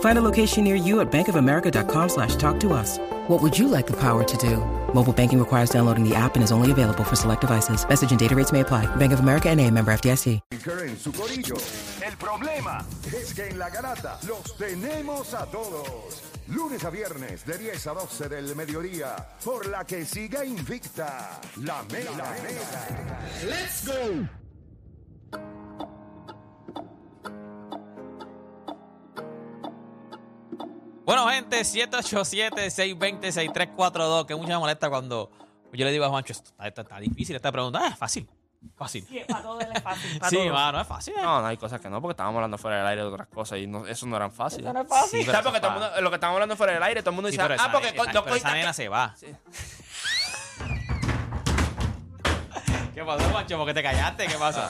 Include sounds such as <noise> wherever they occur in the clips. Find a location near you at bankofamerica.com slash talk to us. What would you like the power to do? Mobile banking requires downloading the app and is only available for select devices. Message and data rates may apply. Bank of America and a member FDIC. en su corillo. El problema es que en la garata los tenemos a todos. Lunes a viernes de 10 a 12 del mediodía, por la que siga invicta la mega. Let's go. Bueno, gente, 787-620-6342, que mucha me molesta cuando yo le digo a Juancho, "Esto está, está- está difícil esta pregunta. Ah, es fácil, fácil. Sí, para todos él es fácil. Para Sí, todos. mano, es fácil. eh. No, no, hay cosas que no, porque estábamos hablando fuera del aire de otras cosas y no- eso no eran fáciles. Eso no es fácil. Sí, ¿Sabes? pero Porque esa- todo el mundo- lo que estábamos hablando fuera del aire, todo el mundo Sí, dice, pero ah, esa porque nena- co- pero los esa nena coitas que-". se va. <laughs> ¿Qué pasó, Juancho? ¿Por qué te callaste? ¿Qué <laughs> pasa?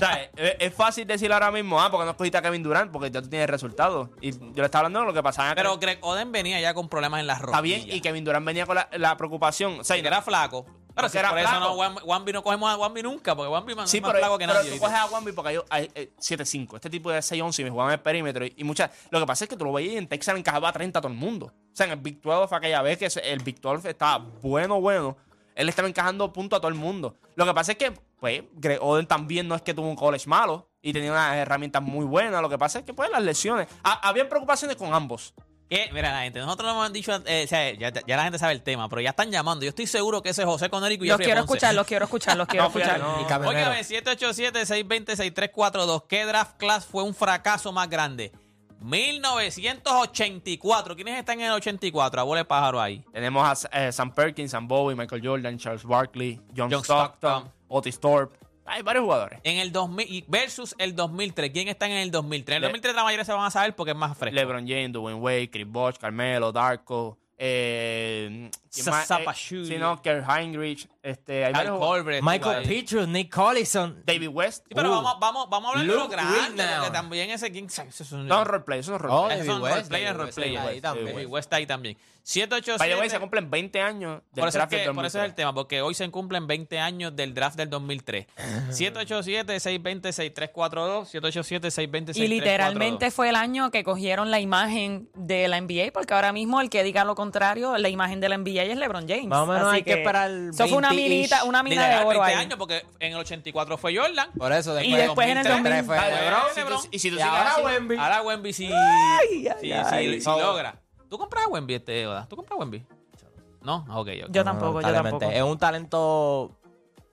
¿Sabes? Es "Eh, es fácil decir ahora mismo, ah, porque no escogiste a Kevin Durant, porque ya tú tienes el resultado. Y yo le estaba hablando de lo que pasaba. Pero Greg Oden venía ya con problemas en las rodillas. está bien, y Kevin Durant venía con la, la preocupación. O sea, y Que era flaco. Pero si era por eso flaco. no, Wambi- Wambi no cogemos a Wambi nunca, porque Wambi man- es Sí, más pero, flaco que pero nadie. tú coges a Wambi porque hay, hay, eh, 7-5. Este tipo de 6-11 y me jugaban en el perímetro. Y, y muchas, lo que pasa es que tú lo veías y en Texas le encajaba a 30 a todo el mundo. O sea, en el Big 12 fue aquella vez que se- el Big 12 estaba bueno, bueno. Él estaba encajando punto a todo el mundo. Lo que pasa es que, pues, Greg Oden también no es que tuvo un college malo y tenía unas herramientas muy buenas. Lo que pasa es que, pues, las lesiones. Ha- habían preocupaciones con ambos. ¿Qué? Mira, la gente, nosotros no hemos dicho, eh, o sea, ya, ya la gente sabe el tema, pero ya están llamando. Yo estoy seguro que ese es José Conérico y Los Jeffrey quiero Ponce. escuchar, los quiero escuchar, los quiero No, fíjate, escuchar. no. Óigame, 787-620-6342. ¿Qué draft class fue un fracaso más grande? 1984. ¿Quiénes están en el 84? Abuelo de pájaro ahí. Tenemos a eh, Sam Perkins, Sam Bowie, Michael Jordan, Charles Barkley, John, John Stockton, Stockton. Otis Thorpe. Hay varios jugadores. En el 2000 y versus el 2003. ¿Quién está en el 2003? En el Le- 2003 la mayoría se van a saber porque es más fresco. LeBron James, Dwayne Wade, Chris Bosh, Carmelo, Darko, eh, ¿quién Sa- más? Sapashuli. sí, no, Kerr Heinrich, este, hay Al varios- Colbert, Michael ahí. Petru, Nick Collison. David West. Sí, pero Uh, vamos, vamos, vamos a hablar de lo Luke grande, Ridnow. porque también ese quién sabe, esos son- No, roleplay, eso no es Oh, roleplay. esos son David West, roleplayers, David West, roleplayers. ahí también. David West ahí también. 787. By the way, se cumplen 20 años del Por eso, es draft del que- por eso es 2003. el tema, porque hoy se cumplen 20 años del draft del 2003. 787-620-6342, 787-620-6342. Y literalmente fue el año que cogieron la imagen de la NBA, porque ahora mismo el que diga lo contrario, la imagen de la NBA es LeBron James. Más o menos Así hay que esperar Eso fue una 20-ish. minita, una mina Literal, de oro 20 ahí. años, porque en el 84 fue Jordan. Por eso, Y después en el 2003 2000. fue Dale, LeBron. dale, Si tú- LeBron. y si tú Y sigues ahora así- Wemby. Ahora Wemby sí, sí, sí, sí No. logra. ¿Tú compras a Wemby este, Oda? ¿Tú compras a Wemby? No, Ah, ok, ok. Yo tampoco, yo Lamentablemente. tampoco. Es un talento.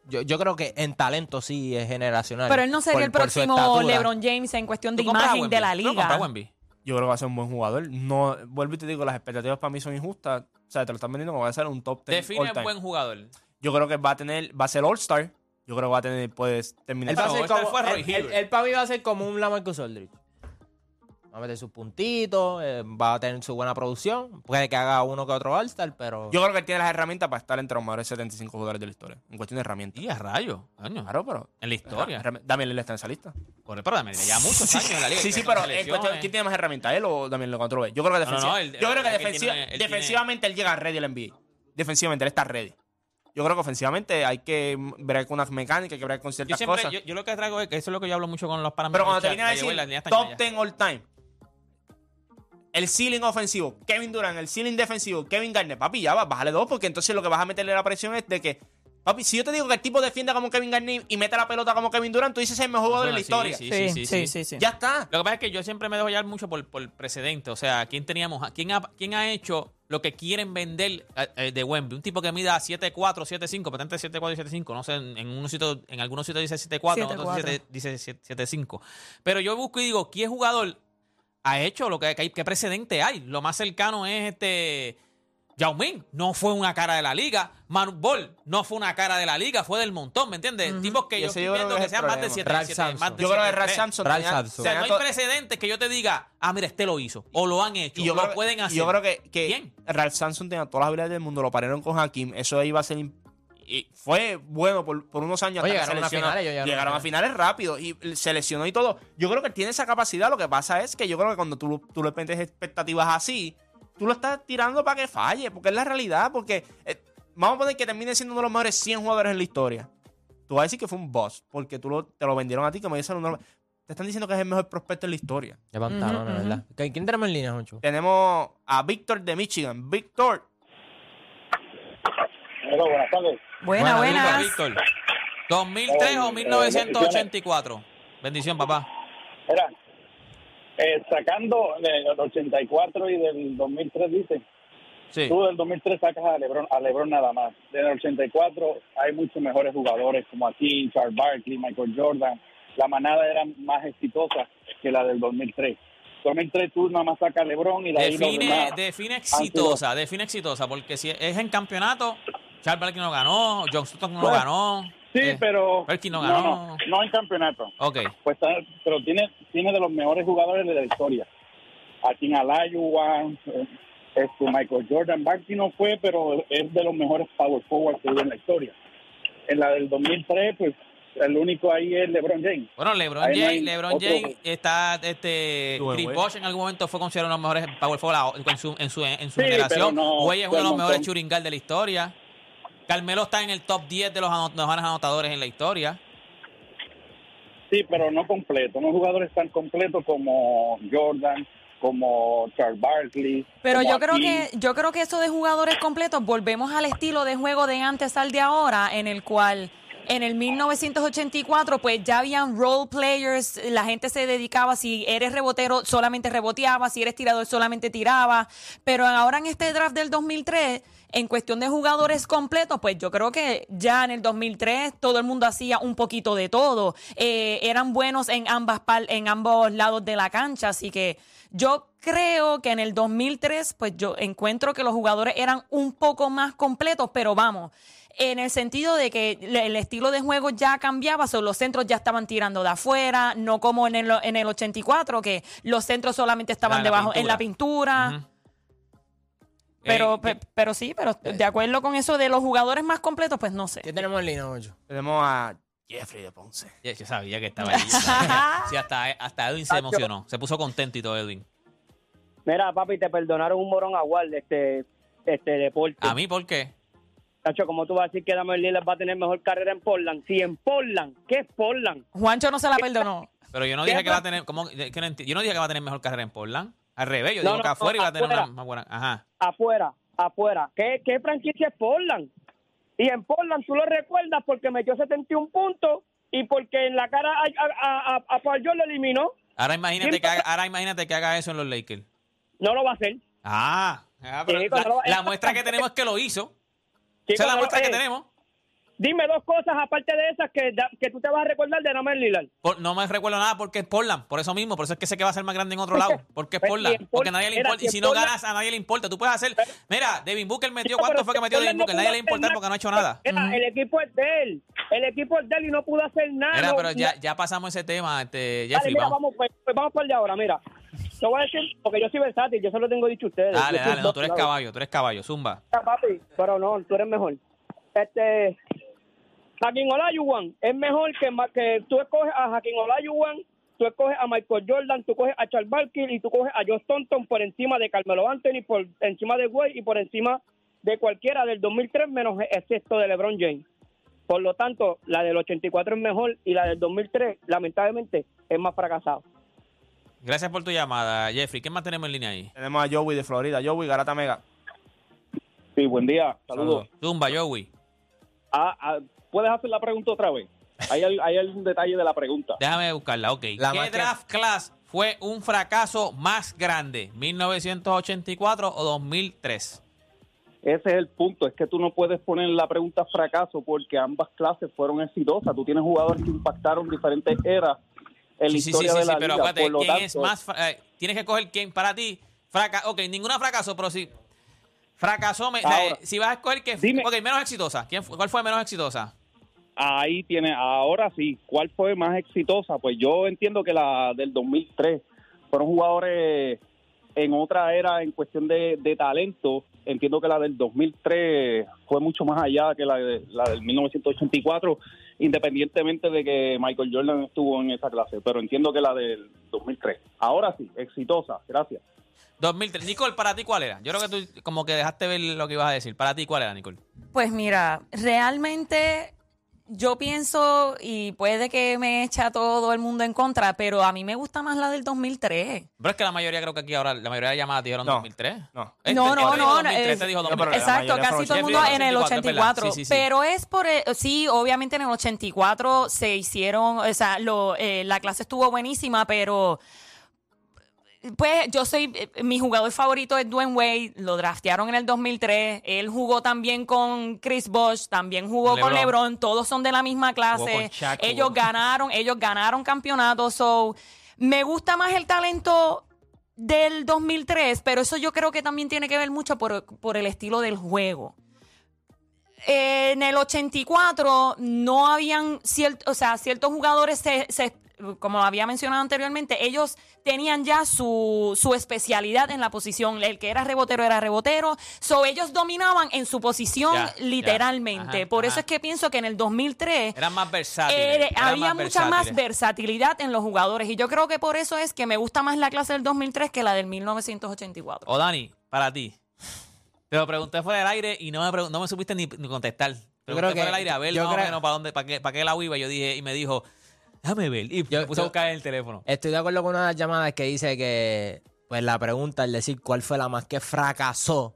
Yo, yo creo que en talento sí es generacional. Pero él no sería Por- el por su próximo estatura. LeBron James en cuestión de ¿Tú compras a imagen de Wemby? la ¿Tú no compras a liga. Wemby? Yo creo que va a ser un buen jugador. No, vuelvo y te digo, las expectativas para mí son injustas. O sea, te lo están vendiendo como va a ser un top 10 Define all-time. buen jugador. Yo creo que va a tener, va a ser All-Star. Yo creo que va a tener, pues, terminar. Él va a No, ser este como- fue Roy él- Hibbert. él- él para mí va a ser como un Lamarcus Aldridge. Va a meter sus puntitos, eh, va a tener su buena producción. Puede que haga uno que otro All-Star, pero. Yo creo que él tiene las herramientas para estar entre los mejores 75 jugadores de la historia. En cuestión de herramientas. Y a rayo, coño. Claro, pero En la historia. Herram- Damian Lillard está en esa lista. Corre, pero también ya muchos años en la liga. Sí, sí, Con pero selecciones. en cuestión- ¿quién tiene más herramientas? ¿Él o Damian Lillard contra Yo creo No, que no, defensiva- no, él- Yo creo que él defensiva- tiene- él tiene- defensivamente él llega ready al NBA. Defensivamente él está ready. Yo creo que ofensivamente hay que ver con unas mecánicas, hay que ver con Yo ciertas siempre, cosas. yo, yo lo que traigo es que eso es lo que yo hablo mucho con los pero parámetros. cuando te del vienen a chat, by the way, decir las líneas están top allá. 10 all time, el ceiling ofensivo, Kevin Durant, el ceiling defensivo, Kevin Garnett, papi, ya va, bájale dos, porque entonces lo que vas a meterle la presión es de que Papi, si yo te digo que el tipo defiende como Kevin Garnett y mete la pelota como Kevin Durant, tú dices es el mejor jugador de la Sí, historia. sí, Sí, sí, sí. sí. Ya está. Lo que pasa es que yo siempre me dejo hallar mucho por, por precedente. O sea, ¿quién teníamos? a- ¿Quién ha, quién ha hecho lo que quieren vender eh, eh, de Wembley? Un tipo que mida 7'4, 7'5, patente 7'4 y 7'5. No sé, en, en, unos sitios- en algunos sitios dice 7'4, en otros 7'4. dice 7- dice 7- 7'5. Pero yo busco y digo, ¿qué jugador ha hecho lo que, que hay? ¿Qué precedente hay? Lo más cercano es este... Yao Ming no fue una cara de la liga. Manu Ball no fue una cara de la liga, fue del montón, ¿me entiendes? Tipos que Y yo ese estoy yo creo viendo que que, es el sean más de problema. 7 Ralph 7, más Sampson. de Yo creo que 7'3. Ralph Sampson. Ralph tenía- Sampson. O sea, tenía no hay to- precedentes que yo te diga, ah, mira, este lo hizo, o lo han hecho, y yo o lo creo que- pueden y hacer. Yo creo que, que ¿Quién? Ralph Sampson tenía todas las habilidades del mundo, lo parieron con Hakim, eso iba a ser... im- Y fue bueno por, por unos años. Oye, hasta que llegaron se a lesionó. finales, ellos llegaron a Llegaron a finales rápido y se lesionó y todo. Yo creo que él tiene esa capacidad, lo que pasa es que yo creo que cuando tú, tú le metes expectativas así, tú lo estás tirando para que falle, porque es la realidad, porque eh, vamos a poner que termine siendo uno de los mejores 100 jugadores en la historia. Tú vas a decir que fue un boss, porque tú lo- te lo vendieron a ti, como dicen uno de los- Te están diciendo que es el mejor prospecto en la historia. De pantalones, Ujú, ujú. ¿verdad? ¿Qui- ¿Quién tenemos en línea, Joncho? Tenemos a Víctor de Michigan. Víctor, Hola, buenas tardes. Buena, Buena, buenas. Víctor, Víctor. 2003 o Eh, 1984. Bendición, papá. Era, eh, sacando del 84 y del 2003, dice, Sí. tú del 2003 sacas a Lebron, a Lebron nada más. Del 84 hay muchos mejores jugadores como aquí, Charles Barkley, Michael Jordan. La manada era más exitosa que la del 2003. 2003 tú nada más sacas a Lebron y la Define, define exitosa, define exitosa, porque si es en campeonato, Charles Barkley no ganó, John Stockton no Bueno. ganó. Sí, eh, pero Perkins no no, ganó. no, no en campeonato. Ok. Pues, ah, pero tiene, tiene de los mejores jugadores de la historia. Aquí en Alayua, este Michael Jordan, Barkley no fue, pero es de los mejores power forward que hubo en la historia. En la del 2003, pues el único ahí es LeBron James. Bueno, LeBron Ahí no James, hay LeBron otro. James está, este, Dwayne Chris Wade. Bosch en algún momento fue considerado uno de los mejores power forward en su, en su, en su Sí, generación. pero no Wade es uno fue de los un mejores montón. churingal de la historia. Carmelo está en el top 10 de los ano- mejores anotadores en la historia. Sí, pero no completo, no jugadores tan completos como Jordan, como Charles Barkley. Pero como yo creo Hakeem. que yo creo que eso de jugadores completos volvemos al estilo de juego de antes al de ahora en el cual en el 1984 pues ya habían role players, la gente se dedicaba si eres rebotero solamente reboteaba, si eres tirador solamente tiraba, pero ahora en este draft del 2003 en cuestión de jugadores completos, pues yo creo que ya en el 2003 todo el mundo hacía un poquito de todo. Eh, eran buenos en, ambas pal- en ambos lados de la cancha, así que yo creo que en el 2003, pues yo encuentro que los jugadores eran un poco más completos, pero vamos, en el sentido de que le- el estilo de juego ya cambiaba, so, los centros ya estaban tirando de afuera, no como en el, en el 84, que los centros solamente estaban Ah, la debajo en pintura. la pintura. Ujú. Ah. Pero, Eh, pe- pero sí, pero de acuerdo con eso de los jugadores más completos, pues no sé. ¿Quién tenemos en línea, Joncho? tenemos a Jeffrey de Ponce. ya- yo sabía que <laughs> estaba ahí. Yo sabía. sí, hasta, hasta Edwin se emocionó. Se puso contento y todo, Edwin. Mira, papi, te perdonaron un morón agual de este, este deporte. ¿A mí por qué? Cacho, ¿cómo tú vas a decir que Damian Lillard va a tener mejor carrera en Portland? Si en Portland, ¿qué es Portland? Juancho no se la perdonó. Pero yo no dije que va a tener. ¿cómo? Es que no enti- yo no dije que va a tener mejor carrera en Portland. Al revés, yo No, digo no, que afuera no, iba a tener una afuera. más buena. Ajá. Afuera, afuera. ¿Qué, qué franquicia es Portland? Y en Portland tú lo recuerdas porque metió 71 puntos y porque en la cara a, a, a- a Paul George lo eliminó. Ahora imagínate ¿Quién- que haga, ahora imagínate que haga eso en los Lakers. No lo va a hacer. Ah, ah, pero Sí, la, cuando lo- la muestra que tenemos es que lo hizo. Chico, Esa es no la lo- muestra que eh, tenemos. Dime dos cosas aparte de esas que, da- que tú te vas a recordar de Damian Lillard. Por- no me recuerdo nada porque es Portland, por eso mismo, por eso es que sé que va a ser más grande en otro lado, <laughs> porque es Pues, Portland, y en Portland, porque a nadie le mira, importa, si y en si no Portland- ganas a nadie le importa, tú puedes hacer, mira, Devin Booker metió, Sí, ¿cuánto pero fue que metió Portland Devin no Booker? Nadie pudo le importa hacer porque nada. no ha hecho nada. Era, El equipo es de él. El equipo es de él y no pudo hacer nada. Mira, No- pero ya, ya pasamos ese tema, este, Dale, Jeffrey, mira, vamos. vamos, pues, pues vamos por el de ahora, mira. Te voy a decir, porque yo soy versátil, yo se lo tengo dicho a ustedes. Dale, Yo soy dale, no, tú eres dos, caballo, tú eres caballo, zumba. claro. Papi, pero no, tú eres mejor. Este, Joaquín Olajuwon es mejor que, ma- que tú escoges a Joaquín Olajuwon, tú escoges a Michael Jordan, tú coges a Charles Barkley y tú coges a Josh Thompson por encima de Carmelo Anthony, por encima de Wade y por encima de cualquiera del 2003 menos excepto de LeBron James. Por lo tanto, la del 84 es mejor y la del 2003, lamentablemente, es más fracasado. Gracias por tu llamada, Jeffrey. ¿Qué más tenemos en línea ahí? Tenemos a Joey de Florida. Joey, Garata Mega. Sí, buen día, saludos. Zumba, Joey. Ah, ah, ¿Puedes hacer la pregunta otra vez? ¿Hay, al- hay algún detalle de la pregunta? Déjame buscarla, ok. La más ¿Qué que- draft class fue un fracaso más grande, 1984 o 2003? Ese es el punto, es que tú no puedes poner la pregunta fracaso porque ambas clases fueron exitosas. Tú tienes jugadores que impactaron diferentes eras en la sí, sí, historia sí, de sí, la pero liga. acuérdate, Por lo ¿quién tanto, es más fra- eh, tienes que coger quién para ti. Fraca ok, ninguna fracaso, pero si fracasó, me- Ahora, eh, si vas a escoger que ok, menos exitosa, ¿quién, fu- ¿cuál fue menos exitosa? ahí tiene, ahora sí, ¿cuál fue más exitosa? Pues yo entiendo que la del 2003 fueron jugadores en otra era en cuestión de, de talento. Entiendo que la del 2003 fue mucho más allá que la, de- la del 1984, independientemente de que Michael Jordan estuvo en esa clase, pero entiendo que la del 2003. Ahora sí, exitosa, gracias. 2003. Nicole, ¿para ti cuál era? Yo creo que tú como que dejaste ver lo que ibas a decir. ¿Para ti cuál era, Nicole? Pues mira, realmente yo pienso, y puede que me echa todo el mundo en contra, pero a mí me gusta más la del 2003. Pero es que la mayoría creo que aquí ahora, la mayoría de llamadas dijeron 2003. No, No, no, no, no, es- te Este, dijo no, 2003. pero la Exacto, mayoría casi fueron- todo el mundo en el 84. Sí, sí, sí. Pero es por, eh, sí, obviamente en el 84 se hicieron, o sea, lo, eh, la clase estuvo buenísima, pero pues yo soy, eh, mi jugador favorito es Dwayne Wade, lo draftearon en el 2003, él jugó también con Chris Bosh, también jugó LeBron. con LeBron, todos son de la misma clase, con Shaq, jugó ellos con- ganaron, ellos ganaron campeonatos, so, me gusta más el talento del 2003, pero eso yo creo que también tiene que ver mucho por, por el estilo del juego. Eh, en el 84 no habían ciertos, o sea, ciertos jugadores se- se- como había mencionado anteriormente, ellos tenían ya su, su especialidad en la posición. El que era rebotero era rebotero. So, ellos dominaban en su posición Ya, ya. literalmente. Ajá, Por ajá. eso es que pienso que en el 2003 Eran más versátiles. eh, eran había mucha más versátiles. versatilidad en los jugadores. Y yo creo que por eso es que me gusta más la clase del 2003 que la del 1984. O Oh, Dani, para ti. Te lo pregunté fuera del aire y no me, pregun- no me supiste ni, ni contestar. Pregunté creo que- fuera del aire a ver yo más o creo- menos para dónde, para qué, para qué la iba. Yo dije, y me dijo, déjame ver. Y me puse a yo- buscar en el teléfono. Estoy de acuerdo con una de las llamadas que dice que, pues la pregunta, el decir cuál fue la más que fracasó,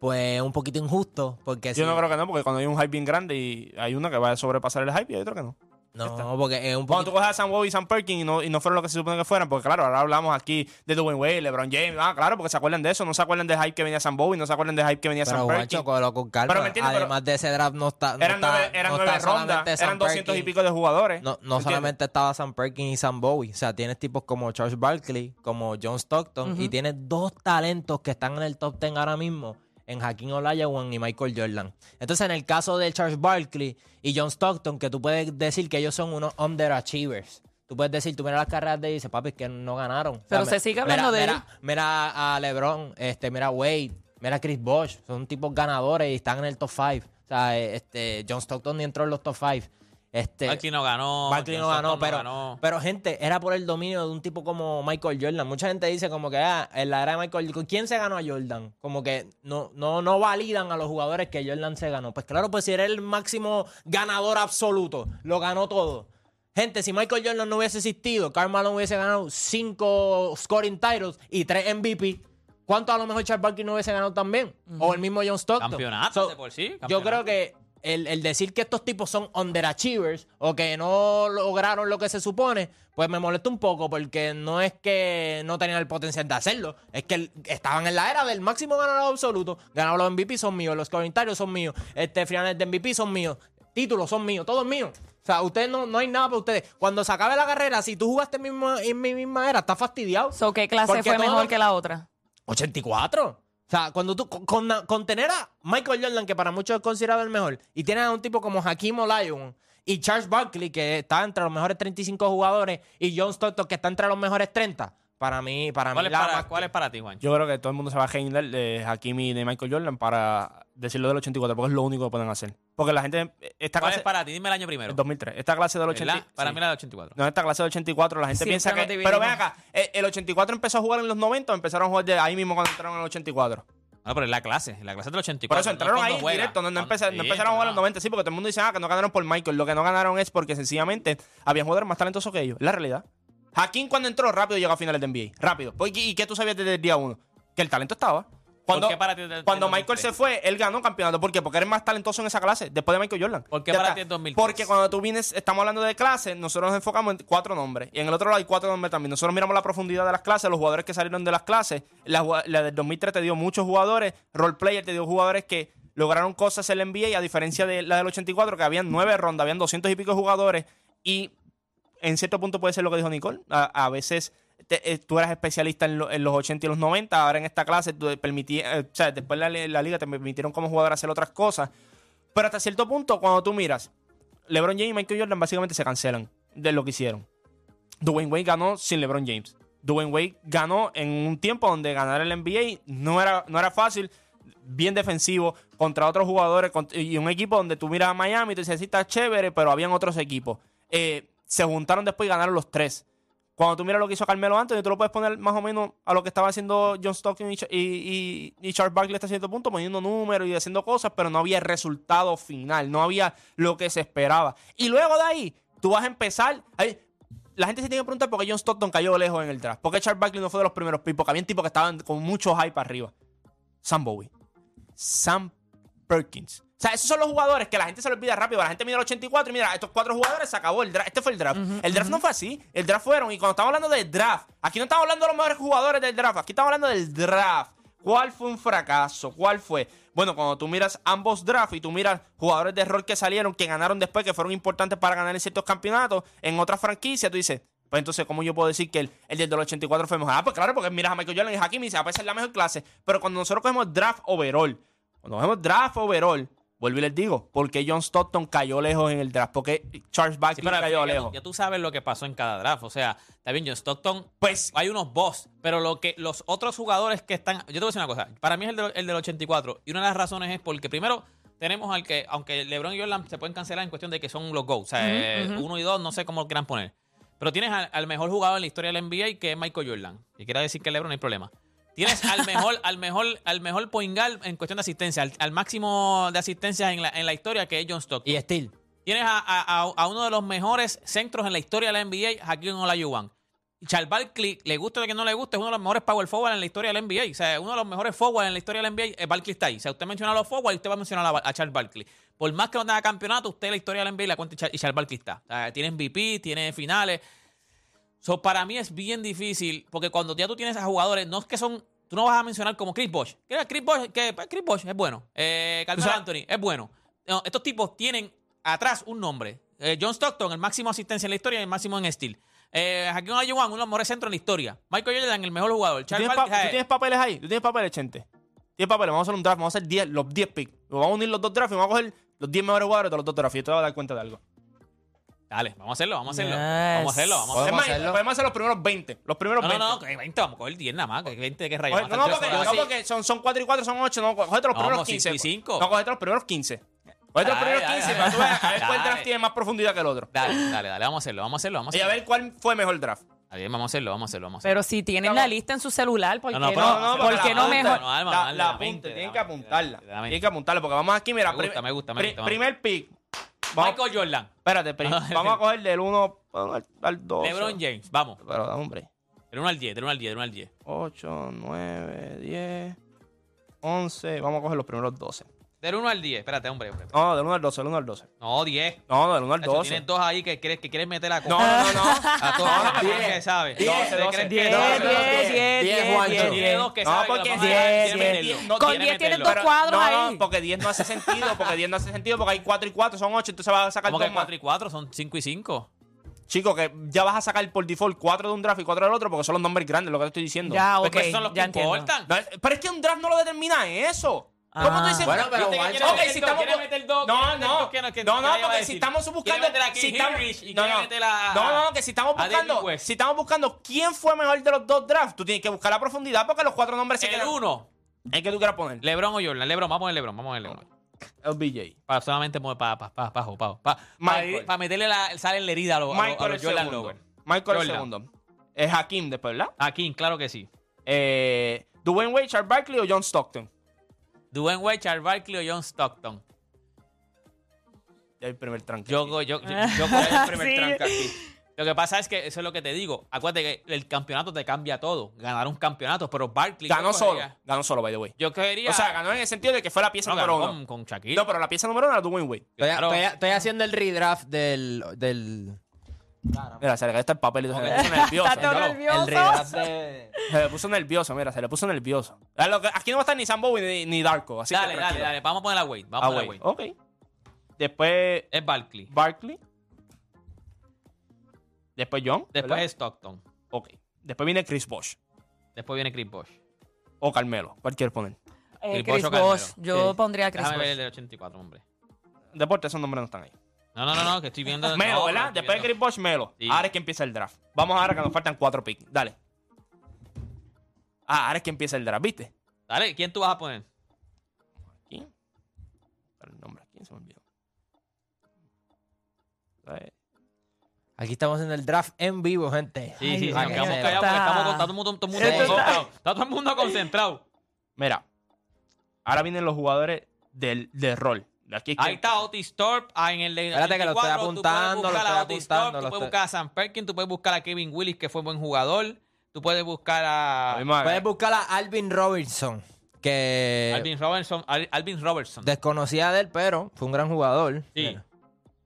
pues es un poquito injusto, porque Yo si- no creo que no, porque cuando hay un hype bien grande y hay una que va a sobrepasar el hype y hay otra que no. No, porque es un Cuando tú poquito... coges a Sam Wow y Sam Perkins y no, y no fueron lo que se supone que fueran, porque claro, ahora hablamos aquí de Dwayne Wade, LeBron James, ah, claro, porque se acuerdan de eso, no se acuerdan del hype que venía Sam Bowie, no se acuerdan del hype que venía Pero Sam Juancho, Perkins. cógelo con calma. Pero me entiendes, pero- Además de ese draft no está... no Eran está- nueve, eran no nueve está solamente rondas, Sam eran 200 y Perkins. pico de Pues, jugadores. No, no ¿Entiendes? solamente estaba Sam Perkins y Sam Bowie. O sea, tienes tipos como Charles Barkley, como John Stockton, Ujú. y tienes dos talentos que están en el top 10 ahora mismo, en Hakeem Olajuwon y Michael Jordan. Entonces, en el caso de Charles Barkley y John Stockton, que tú puedes decir que ellos son unos underachievers. Tú puedes decir, tú miras las carreras de ellos y dices, papi, es que no ganaron. O sea, Pero mi- se sigue hablando mira- de mira- Mira a LeBron, este, mira a Wade, mira a Chris Bosh. Son tipos ganadores y están en el top 5. O sea, eh, este, John Stockton ni entró en los top 5. Eh, Este, Barkley no ganó. Barkley no John ganó, Stockton pero, ganó. pero gente, era por el dominio de un tipo como Michael Jordan. Mucha gente dice como que ah, en la era de Michael ¿quién se ganó a Jordan? Como que no, no, no validan a los jugadores que Jordan se ganó. Pues claro, pues si era el máximo ganador absoluto, lo ganó todo. Gente, si Michael Jordan no hubiese existido, Karl Malone hubiese ganado cinco scoring titles y tres MVP. ¿Cuánto a lo mejor Charles Barkley no hubiese ganado también? O el mismo John Stockton. Campeonato So, de por sí. yo campeonato. creo que el, el decir que estos tipos son underachievers o que no lograron lo que se supone, pues me molesta un poco porque no es que no tenían el potencial de hacerlo, es que el- estaban en la era del máximo ganador absoluto, ganaron los MVP son míos, los comentarios son míos, este finales de MVP son míos, títulos son míos, todos míos. O sea, ustedes no, no hay nada para ustedes. Cuando se acabe la carrera, si tú jugaste en mi misma, en mi misma era, estás fastidiado. So, ¿Qué clase Porque fue todos mejor los- que la otra? 84. O sea, cuando tú con, con- con tener a Michael Jordan, que para muchos es considerado el mejor, y tienes a un tipo como Hakeem Olajuwon y Charles Barkley, que está entre los mejores 35 jugadores, y John Stockton, que está entre los mejores 30, para mí, para ¿Cuál mí es la para- más- cuál es para ti, Juancho? Yo creo que todo el mundo se va a genial de Hakim y de Michael Jordan para decirlo del 84, porque es lo único que pueden hacer. Porque la gente, esta ¿Cuál clase, es para ti? Dime el año primero. el 2003, esta clase del 84. ¿Verdad? Para mí la del 84. No, esta clase del 84, la gente Siempre piensa nos que... dividimos. Pero ven acá, ¿el el 84 empezó a jugar en los 90 o empezaron a jugar de ahí mismo cuando entraron en el 84? No, pero es la clase, en la clase del 84. Por eso no entraron cuando ahí juega. directo, no, no Cuando- empezaron, no sí, empezaron a jugar en los 90, sí, porque todo el mundo dice ah, que no ganaron por Michael. Lo que no ganaron es porque sencillamente habían jugadores más talentosos que ellos. La realidad. Pues, Hakim cuando entró rápido llegó a finales de NBA. Rápido. Porque- ¿Y qué tú sabías desde el día uno? Que el talento estaba. Cuando, ¿Por qué para ti te- cuando te- te- Michael se fue, él ganó campeonato. ¿Por qué? Porque eres más talentoso en esa clase, después de Michael Jordan. ¿Por qué Ya para está. ti es 2003? Porque cuando tú vienes, estamos hablando de clases, nosotros nos enfocamos en cuatro nombres. Y en el otro lado hay cuatro nombres también. Nosotros miramos la profundidad de las clases, los jugadores que salieron de las clases. La, jugada- la del 2003 te dio muchos jugadores. Role player te dio jugadores que lograron cosas en la NBA. Y a diferencia de la del 84, que habían nueve rondas, habían 200 y pico de jugadores. Y en cierto punto puede ser lo que dijo Nicole. A, a veces te- eh, tú eras especialista en, lo- en los 80 y los 90, ahora en esta clase tú te permitía, eh, o sea, después la, li- la liga te permitieron como jugador hacer otras cosas. Pero hasta cierto punto, cuando tú miras, LeBron James y Michael Jordan básicamente se cancelan de lo que hicieron. Dwayne Wade ganó sin LeBron James. Dwayne Wade ganó en un tiempo donde ganar el NBA no era, no era fácil, bien defensivo, contra otros jugadores cont- y un equipo donde tú miras a Miami y tú dices, sí, está chévere, pero habían otros equipos. Eh, se juntaron después y ganaron los tres. Cuando tú miras lo que hizo Carmelo Anthony, tú lo puedes poner más o menos a lo que estaba haciendo John Stockton y, Cha- y, y, y Charles Barkley hasta cierto punto, poniendo números y haciendo cosas, pero no había resultado final, no había lo que se esperaba. Y luego de ahí, tú vas a empezar. ahí- la gente se tiene que preguntar por qué John Stockton cayó lejos en el draft, por qué Charles Barkley no fue de los primeros picks, porque había tipos que estaban con mucho hype arriba. Sam Bowie, Sam Perkins. O sea, esos son los jugadores que la gente se lo olvida rápido. La gente mira el 84 y mira, estos cuatro jugadores se acabó el draft. Este fue el draft. el draft no fue así. El draft fueron. Y cuando estamos hablando del draft, aquí no estamos hablando de los mejores jugadores del draft. Aquí estamos hablando del draft. ¿Cuál fue un fracaso? ¿Cuál fue? Bueno, cuando tú miras ambos drafts y tú miras jugadores de rol que salieron, que ganaron después, que fueron importantes para ganar en ciertos campeonatos, en otras franquicias, tú dices, pues entonces, ¿cómo yo puedo decir que el, el del 84 fue mejor? Ah, pues claro, porque miras a Michael Jordan y Hakim y dices, ah, pues esa es la mejor clase. Pero cuando nosotros cogemos draft overall, cuando vemos draft overall, vuelvo y les digo, porque John Stockton cayó lejos en el draft, porque Charles Sí, Barkley pero cayó ya, lejos. tú- ya tú sabes lo que pasó en cada draft. O sea, está bien, John Stockton. Pues- hay unos boss, pero lo que los otros jugadores que están. Yo te voy a decir una cosa. Para mí es el, del- el del 84. Y una de las razones es porque primero tenemos al que, aunque LeBron y Jordan se pueden cancelar en cuestión de que son los GOATs. O sea, eh, uno y dos, no sé cómo lo quieran poner. Pero tienes al, al mejor jugador en la historia del NBA que es Michael Jordan. Y quiera decir que LeBron no hay problema. Tienes al <laughs> mejor, al mejor, al mejor point guard en cuestión de asistencia, al, al máximo de asistencia en la, en la historia que es John Stockton. Y Steel. Tienes a, a- a- a uno de los mejores centros en la historia de la NBA, Hakim Olajuwon. Y Charles Barkley, le guste o que no le guste, es uno de los mejores power forward en la historia del NBA. O sea, uno de los mejores forward en la historia del NBA, eh, Barkley está ahí. O sea, usted menciona a los forward y usted va a mencionar a, Bar- a Charles Barkley. Por más que no tenga campeonato, usted en la historia del NBA la cuenta y Char- y Charles Barkley está. O sea, tiene MVP, tiene finales. So, para mí es bien difícil, porque cuando ya tú tienes a jugadores, no es que son. Tú no vas a mencionar como Chris Bosh. Que Chris Bosh, que pues, Chris Bosh es bueno. Eh, Carmelo O sea- Anthony es bueno. No, estos tipos tienen atrás un nombre. Eh, John Stockton, el máximo asistencia en la historia y el máximo en Steel. Eh, Hakim Olajuwon, uno de los mejores centros en la historia. Michael Jordan, el mejor jugador. ¿Tú Charles tienes, pa- Barkley, tú eh, tienes papeles ahí? ¿Tú tienes papeles, Chente? ¿Tienes papeles? Vamos a hacer un draft, vamos a hacer 10, los 10 picks. Los Vamos a unir los dos drafts y vamos a coger los 10 mejores jugadores de los dos drafts. Y te vas a dar cuenta de algo. Dale, vamos a hacerlo, vamos a hacerlo. Yes. Vamos a hacerlo, vamos a hacerlo. es más, hacerlo. podemos hacer los primeros 20. Los primeros No, 20. no, no, que 20, vamos a coger 10 nada más. que 20 que rayos. Coge- no, no, porque, Yo no, sí- porque son, son 4 y 4, son 8. No, cogete los No, primeros vamos, 15. cinco y cinco. No, cogete los primeros 15. Cogete los Dale, primeros dale, 15 dale. para tú veas a ver cuál Dale. draft tiene más profundidad que el otro. Dale, dale, dale, vamos a hacerlo, vamos a hacerlo, vamos a Y a hacerlo. ver cuál fue mejor draft. Está bien, vamos a hacerlo, vamos a hacerlo, vamos a hacerlo. Pero si tienen la lista en su celular, ¿por qué No, no? no, pero- no, no, ¿Por pero qué la no punta, mejor? no, Alma, La, dale, la la apunta, mente, tienen la mente, que apuntarla. la mente. Tienen que apuntarla porque vamos aquí, mira. Me gusta, prim- me gusta, me pri- gusta, me Primer pick. Vamos- Michael Jordan, <laughs> Espérate, prim- Ah, vamos a coger del 1 al 2. LeBron James, vamos. Pero, hombre. Del 1 al 10, del 1 al 10, del 1 al 10. 8, 9, 10, 11. Vamos a coger los primeros 12. Del 1 al 10, espérate, hombre. hombre. No, del 1 al 12, del 1 al 12. No, 10. No, del 1 al Nacho, 12. Tienes dos ahí que quieres, que quieres meter la No, no, no. A todos No, los diez. que sabes. Diez, No, ¿te doce. crees que Diez, no? diez, Pero diez, tiene- diez, tiene Juancho. dos, tiene dos que No, saben que porque lo van a diez, dar, quiere diez, meterlo. diez, Quiere no, Con diez tienes meterlo. dos cuadros no, no, ahí. porque 10 no hace sentido, porque 10 no hace sentido, porque hay 4 y 4, son 8, entonces vas a sacar Como que dos más. 4 y 4 son 5 y 5. Chico, que ya vas a sacar por default 4 de un draft y 4 del otro, porque son los nombres grandes, lo que te estoy diciendo. Ya, ok, Porque esos son los que ya entiendo. importan. No, es- pero es que un draft no lo determina eso. ¿Cómo tú dices? Bueno, pero Ok, Juancho- ok, si estamos Quiere meter dos, quiere No, meter no. dos que no- que No, nadie va no, a porque si decir. estamos Quiere buscando meter a Keith si estamos Hinrich y No, quiere no. meter a- No, no, que si estamos a David buscando West. si estamos buscando quién fue mejor de los dos drafts, tú tienes que buscar la profundidad porque los cuatro nombres se El quedan 1, Es que tú quieras poner. LeBron o Jordan. LeBron, vamos a poner LeBron, vamos a poner LeBron. LBJ. Para solamente para pa, pa, pa, pa, pa, pa, Michael. para meterle la, sal en la herida a los, a los- a Michael los el Jordan segundo. Lover. Michael el Jordan. segundo. Es Hakim después, ¿verdad? Aquí, claro que sí. Eh, Dwayne Wade, Charles Barkley o John Stockton. Dwayne Wade, Charles Barkley o John Stockton. Ya el primer tranque. Yo, aquí. yo, yo, yo, <laughs> <laughs> Ya hay el primer Sí. tranque aquí. Lo que pasa es que eso es lo que te digo. Acuérdate que el campeonato te cambia todo. Ganaron campeonatos, pero Barkley. Ganó solo. Ganó solo, by the way. Yo quería. O sea, ganó en el sentido de que fue la pieza No, número ganó uno. con- con Shaquille. No, pero la pieza número uno era Dwayne Wade. Estoy, Claro. estoy- estoy haciendo el redraft del. del Mira, se le cayó hasta el papelito. Se le <laughs> Ok. puso nervioso. Está todo Míralo. nervioso. El redraft de. Se le puso nervioso, mira, se le puso nervioso. A lo que- Aquí no va a estar ni Sam Bowie ni, ni Darko. Así dale, que dale, tranquilo. dale. Vamos a poner la Wade. Vamos Ah, a poner la Wade. Wade. Ok. Después Es Barkley. Barkley. Después John. Después ¿verdad? es Stockton. Ok. Después viene Chris Bosch. Después viene Chris Bosh. O Carmelo. Cualquier poner. Eh, Chris Chris Bosh o Carmelo. Bosh. Yo Sí. pondría a Chris Déjame ver el Bosh. del 84, hombre. Deporte, esos nombres no están ahí. No, no, no, no, que estoy viendo. <laughs> Melo, no, ¿verdad? pero estoy Después de Chris viendo- Bosch, Melo. Sí. Ahora es que empieza el draft. Vamos ahora que nos faltan cuatro picks. Dale. Ah, ahora es que empieza el draft, ¿viste? Dale, ¿quién tú vas a poner? ¿Quién? Pero El nombre, ¿quién se me olvidó? Eh, Aquí estamos en el draft en vivo, gente. Sí, Ay, sí, sí, Dios nos quedamos mío. callados porque Está- estamos con- está todo el mundo, todo el mundo Esto está- concentrado. Está todo el mundo concentrado. Mira, ahora vienen los jugadores del, del rol. De aquí es que- Ahí está Otis Thorpe. ah, en el de Espérate que lo estoy 84, tú puedes apuntando, lo buscar estoy a Otis apuntando, Thorpe, lo Tú puedes estoy- buscar a Sam Perkins, tú puedes buscar a Kevin Willis, que fue buen jugador. Tú puedes buscar La a misma- Puedes buscar a Alvin Robertson, que Alvin Robertson. Al- Alvin Robertson. desconocía de él, pero fue un gran jugador. Sí. Mira.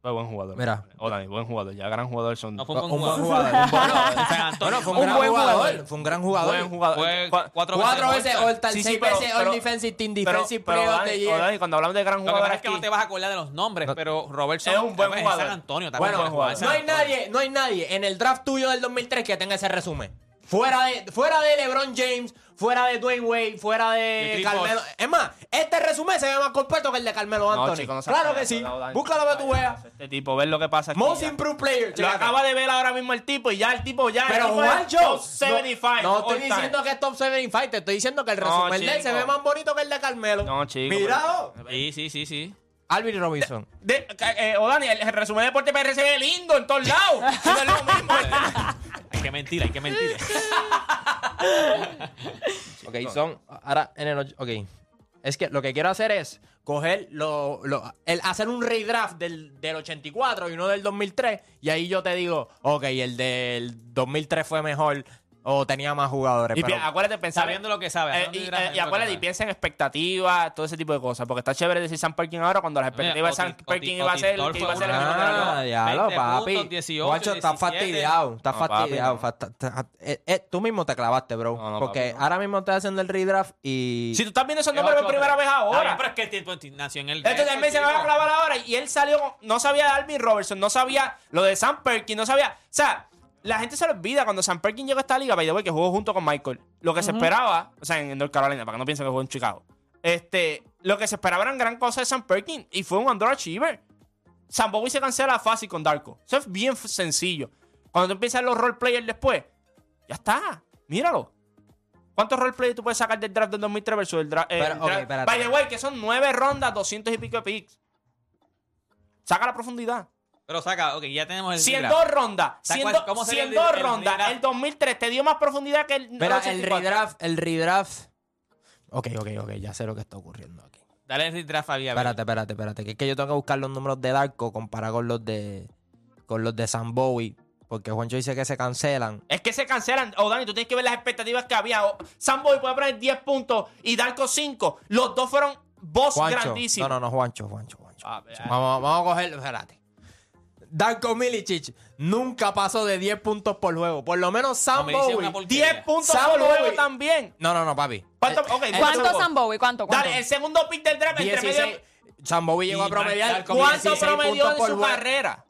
Fue buen jugador. Mira. Hola, buen jugador. Ya gran jugador son. No fue un buen Un buen jugador. <laughs> jugador. Un buen jugador. Bueno, San Antonio. Bueno, fue un, Un gran buen jugador. jugador. Fue un gran jugador. Buen jugador. Fue Cua- cuatro Cuatro veces veces All-Star, Sí, sí, seis pero- veces pero- All-Defensive Team, Pero- Defensive pero, Player of Dani, oh, the Year. Dani, cuando hablamos de gran Lo que jugador pasa es que aquí- no te vas a acordar de los nombres, pero Robertson Es un buen es de jugador. San Antonio también. Buen fue jugador. de San No hay Antonio. nadie, no hay nadie en el draft tuyo del 2003 que tenga ese resumen. Fuera de, fuera de LeBron James, fuera de Dwayne Wade, fuera De de Chris Carmelo. Bosh. Es más, este resumen se ve más completo que el de Carmelo No, Anthony. chico, no se claro puede, que sí. no, Dani, Búscalo para que tú vaya, veas. Este tipo, ver lo que pasa. aquí Most ya. Improved Player. Lo chécate. acaba de ver ahora mismo el tipo y ya el tipo ya. Pero el tipo Juancho, es top 75. no, no estoy all time. diciendo que es top 75, te estoy diciendo que el No, resumen de él chico. se ve más bonito que el de Carmelo. oh. No, chico. Mirado. Sí, sí, sí, sí. Alvin Robinson. De, eh, eh, o Dani, el, el resumen de Deporte PRC es lindo en todos lados. No es lo mismo. Hay que mentir, hay que mentir. Ok, son. Ahora en el. och- Ok. Es que lo que quiero hacer es coger lo. lo- el, hacer un redraft del, del 84 y uno del 2003. Y ahí yo te digo, ok, el del 2003 fue mejor o Oh, tenía más jugadores. Y pero- pi- acuérdate de pensar. Sabiendo lo que sabe, Eh, sabiendo y, lo que sabe, eh, y sabiendo lo que acuérdate, y sabe. piensa en expectativas, todo ese tipo de cosas. Porque está chévere decir San Perkin ahora cuando las expectativas de San Otis- Perkin Otis- iba a ser Otis que iba a ser el Thorpe mismo fue uno. que Ah, ganó. diablo, 20 papi. puntos, 18, Guacho, estás 17. fastidiado. Estás No, papi, fastidiado. no. fa- ta- ta- eh, eh, tú mismo te clavaste, bro. No, no, porque papi, no. ahora mismo estás haciendo el redraft y. Si tú estás viendo esos nombres por primera vez Está bien, ahora. Eh, Pero es que el tipo nació en el. Entonces también se me va a clavar ahora. Y él salió, no sabía de Alvin Robertson, no sabía lo de Sam Perkin, no sabía. O sea, la gente se lo olvida cuando Sam Perkin llegó a esta liga, by the way, que jugó junto con Michael. Lo que se esperaba, o sea, en North Carolina, para que no piensen que jugó en Chicago. Este, lo que se esperaba eran gran cosa de Sam Perkin y fue un underachiever. Sam Bowie se cancela fácil con Darko. Eso es bien f- sencillo. Cuando tú empiezas los roleplayers después, ya está. Míralo. ¿Cuántos roleplayers tú puedes sacar del draft del 2003 versus el draft? Pero, ok, espérate. By the way, que son nueve rondas, 200 y pico de picks. Saca la profundidad. Pero saca, ok, ya tenemos el. Si en redraft. dos rondas, ¿Sabes si en cuál- do- cómo si sería en el- dos el rondas, redraft? el 2003 te dio más profundidad que el Mira, el 84. redraft. El redraft. Ok, ok, ok. Ya sé lo que está ocurriendo aquí. Dale el redraft a Fabián. Espérate, espérate, espérate. Que es que yo tengo que buscar los números de Darko comparado con los de. con los de Sam Bowie. Porque Juancho dice que se cancelan. Es que se cancelan. O Dani, tú tienes que ver las expectativas que había. O, Samboy puede poner 10 puntos y Darko 5. Los dos fueron boss Juancho. grandísimos. No, no, no, Juancho, Juancho, Juancho. A ver. Vamos, vamos a cogerlo, espérate. Darko Milicic nunca pasó de 10 puntos por juego. Por lo menos Sam Milicic es una Bowie. porquería. 10 puntos Samboy- por juego también. No, no, no, papi. Eh, ¿Cuánto? ok, ¿Cuánto jugó? Sam Bowie? ¿Cuánto? cuánto? Dale, el segundo pick del draft entre 16. medio. Sam Bowie llegó a Y Mar- promediar. Darko ¿Cuánto 16 promedió puntos en por su juego. carrera?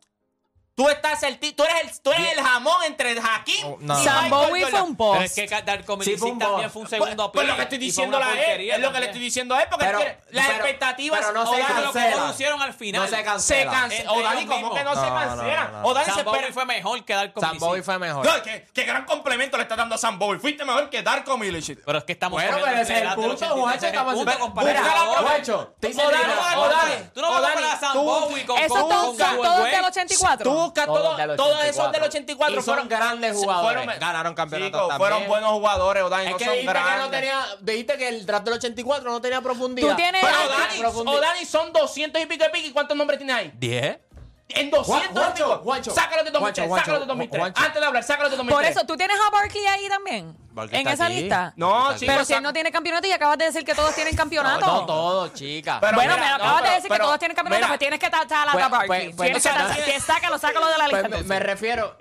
Tú estás el ti- tú eres el, tú eres el jamón entre Jaquín Oh, no. y Sam Michael Bowie fue Jordan. un Pero post. es que Darko Sí, Milicic fue un también boss. fue un segundo Pues lo pick que estoy y fue una diciendo a él, porquería es lo que le estoy también. diciendo a él, porque Pero- él quiere- las pero- expectativas pero no se O'Dani- Pero lo cancela. produjeron al final. No se se cancela. Eh, cancela. O Dani, Entre ellos ¿cómo que no, mismos. se No, no, cancela? no, no. O Dani se Sam Bowie espera- fue mejor que Darko Sam Bowie Milicic. fue mejor. No, ¿qué, qué gran complemento le está dando a Sam Bowie. Fuiste mejor que Darko Milicic. Pero es que estamos Bueno, corriendo pero ese es el redraft del punto, 83, ese Juancho. es el Estamos punto haciendo- comparado Mira, ahora. Juancho, te hice Tú no el vas a redraft. comparar- Tú no vas a O'Dani, comparar a Sam tú- Bowie con Esos con- todos- con Gary todos Wayne. del 84. Tú buscas Todos todo- del todos esos del 84. 84. Y son grandes jugadores. Ganaron campeonatos Chico, también. Fueron buenos jugadores, O'Dani. Es no que son dijiste que, grandes. no tenía, dijiste que el draft del 84 no tenía profundidad. Tú tienes- Pero Ah, O'Dani, profundidad. O'Dani son 200 y pico de pico. ¿Y cuántos nombres tiene ahí? 10. En 200 Juancho, Sácalo de 2003, Juancho, sácalo de Juancho, 2003. Juancho. Antes de hablar, sácalo de 2003. Por eso, ¿tú tienes a Barkley ahí también? Barkley ¿En está esa aquí. lista? No, chicos, Pero si él no tiene campeonato y acabas de decir que todos tienen campeonato. No, todos, chica. Pero bueno, mira, me no, acabas pero- de decir que pero- todos tienen campeonato, mira, pues tienes que tratar a pues- la Barkley. pues- pues- Tienes que o sea, ta- que sácalo, sácalo de la Pues lista. me, entonces. me refiero,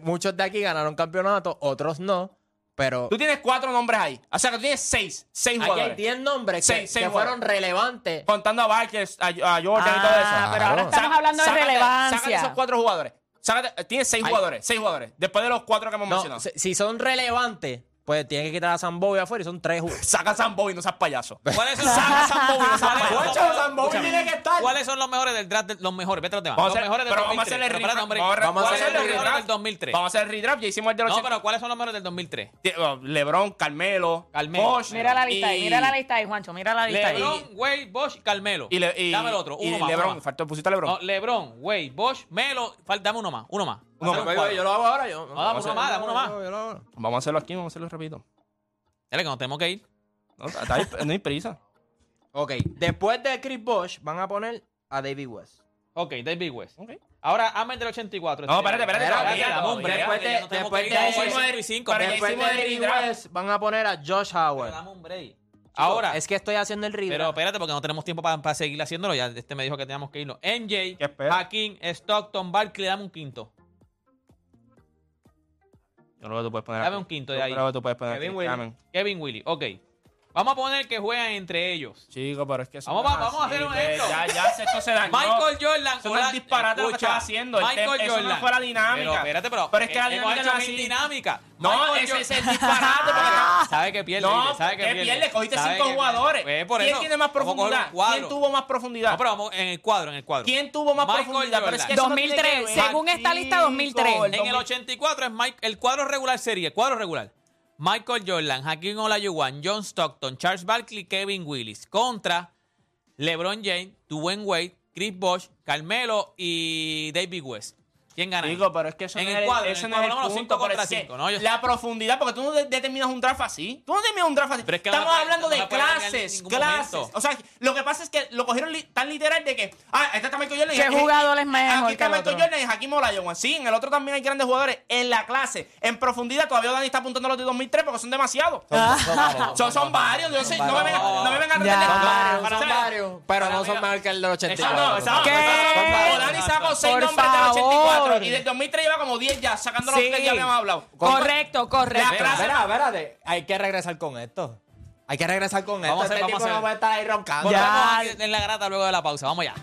muchos de aquí ganaron campeonato, otros no, pero Tú tienes cuatro nombres ahí. O sea que tú tienes seis. Seis ahí hay jugadores. 10 nombres que, Seis- seis que fueron relevantes. Contando a Barker, a, a Jordan y todo eso. Ah, pero ahora Claro. estamos Sa- hablando de sácate- relevancia. Sácate esos cuatro jugadores. Sácate, eh, tienes seis Ay. jugadores. Seis jugadores. Después de los cuatro que hemos No, mencionado. si, si son relevantes, pues tienen que quitar a Sambo y afuera y son tres <laughs> jugadores. Saca a Sambo y no seas payaso. ¿Cuáles son, Saca a Sambo y no ¿Cuáles seas son- payaso. Escúchame, tiene que estar. ¿Cuáles son los mejores del draft? de- los mejores, vete a los demás. Vamos a los hacer- mejores del pero vamos a 2003. hacerle Pero espérate, redraft. hombre. Vamos a- ¿Cuáles vamos a son los hacerle mejores del redraft. 2003? Vamos a hacer el redraft. Ya hicimos el de los No, ochenta- pero ¿cuáles son los mejores del 2003? Tie- oh, LeBron, Carmelo, Carmelo. Bosh, Mira la lista ahí, y- mira la lista ahí, Juancho, mira la lista ahí. LeBron, Wade, Bosch, Carmelo. Y, le- y- Dame el otro, y uno más. LeBron, uno más. faltó, pusiste a LeBron. No, LeBron, Wade, Bosch, Melo. fal- Dame uno más, uno más. Uno Hacer un más. cuadro. lo hago ahora. No, Yo, dame uno más, dame uno más. Vamos a hacerlo aquí, vamos a hacerlo rapidito. Dale, que nos tenemos que ir. No, está- está- no hay prisa. Ok, después de Chris Bosh van a poner a David West. Ok, David West. Ok. Ahora, Ahmed del 84. No, espérate, espérate, este, Espérate, todavía, espérate, todavía. hombre. Después ya, de- ya nos tenemos después que ir. de- Ya hicimos hicimos el- el 5, pero ya espérate, Después de hicimos el David redraft. West van a poner a Josh pero Howard. dame un break. Ahora. Ahora, Es que estoy haciendo el redraft. pero espérate, porque no tenemos tiempo para, para seguir haciéndolo. Ya este me dijo que teníamos que irnos. MJ, ¿Qué espera? Hakim, Stockton, Barkley, dame un quinto. Yo creo que tú puedes poner Dame aquí. un quinto Yo de ahí. creo que tú puedes poner Kevin aquí. Willis. Dame. Kevin Willy, ok. Vamos a poner que juegan entre ellos. Chico, pero es que eso Vamos, no es va- vamos a así, hacer un pues, ejemplo. Ya, ya, esto se dañó. Michael Jordan. Eso no con es la- disparate lo que Escucha, estaba haciendo. El Michael te- eso no Jordan. fue la dinámica. Pero espérate, pero. eh, Pero es que la hemos dinámica hecho no es mil así. dinámicas. No, Michael ese Jordan- es el disparate, <laughs> porque- ¿Sabe que pierde? No, ¿Sabe ¿qué que pierde? pierde? Cogiste ¿Sabe cinco que pierde? jugadores. Pues por ¿Quién eso, tiene más vamos a coger un profundidad? ¿Quién cuadro. tuvo más No, profundidad? pero vamos en el cuadro, en el cuadro. ¿Quién tuvo más Michael profundidad? Pero es Jordan. que eso no tiene que 2003, ver. según esta lista, 2003. Chico, En el 84 es Mike, el cuadro regular sería, el cuadro regular. Michael Jordan, Hakeem Olajuwon, John Stockton, Charles Barkley, Kevin Willis contra LeBron James, Dwayne Wade, Chris Bosh, Carmelo y David West. ¿Quién gana? ahí? Digo, pero es que eso En no el es, cuadro, eso en el no es cuadro, el vámonos, punto, cinco pero contra es que cinco, ¿no? Yo- la profundidad, porque tú no de- determinas un draft así. Tú no determinas un draft así. Pero es que no Estamos la puede- hablando no de la puede ganar en clases, ningún clases. momento. O sea, lo que pasa es que lo cogieron li- tan literal de que, ah, este está Michael Jordan. ¿Qué eh, eh, jugador es mejor Aquí está que el Michael otro? Jordan y Hakim Olajuwon. Sí, en el otro también hay grandes jugadores. En la clase, en profundidad, todavía Dani está apuntando los de 2003 porque son demasiados. Ah. Son, son varios, yo sé, no me vengan no me vengan a Ya. tratar de Son comparar, varios, son ¿sabes? varios, pero no son mejor que el del Eso Ah, no, 84. eso no. ¿Qué? Eso no. Dani sacó seis Por nombres del 84 favor. y del 2003 lleva como 10 ya, sacando Sí. los que ya habíamos hablado. Correcto, La correcto. clase- Espera, espérate. Hay que regresar con esto. Hay que regresar con Vamos a esto. hacer- Este vamos a tipo hacer- no puede estar ahí roncando. Volvemos Ya. aquí en la grata luego de la pausa. Vamos ya.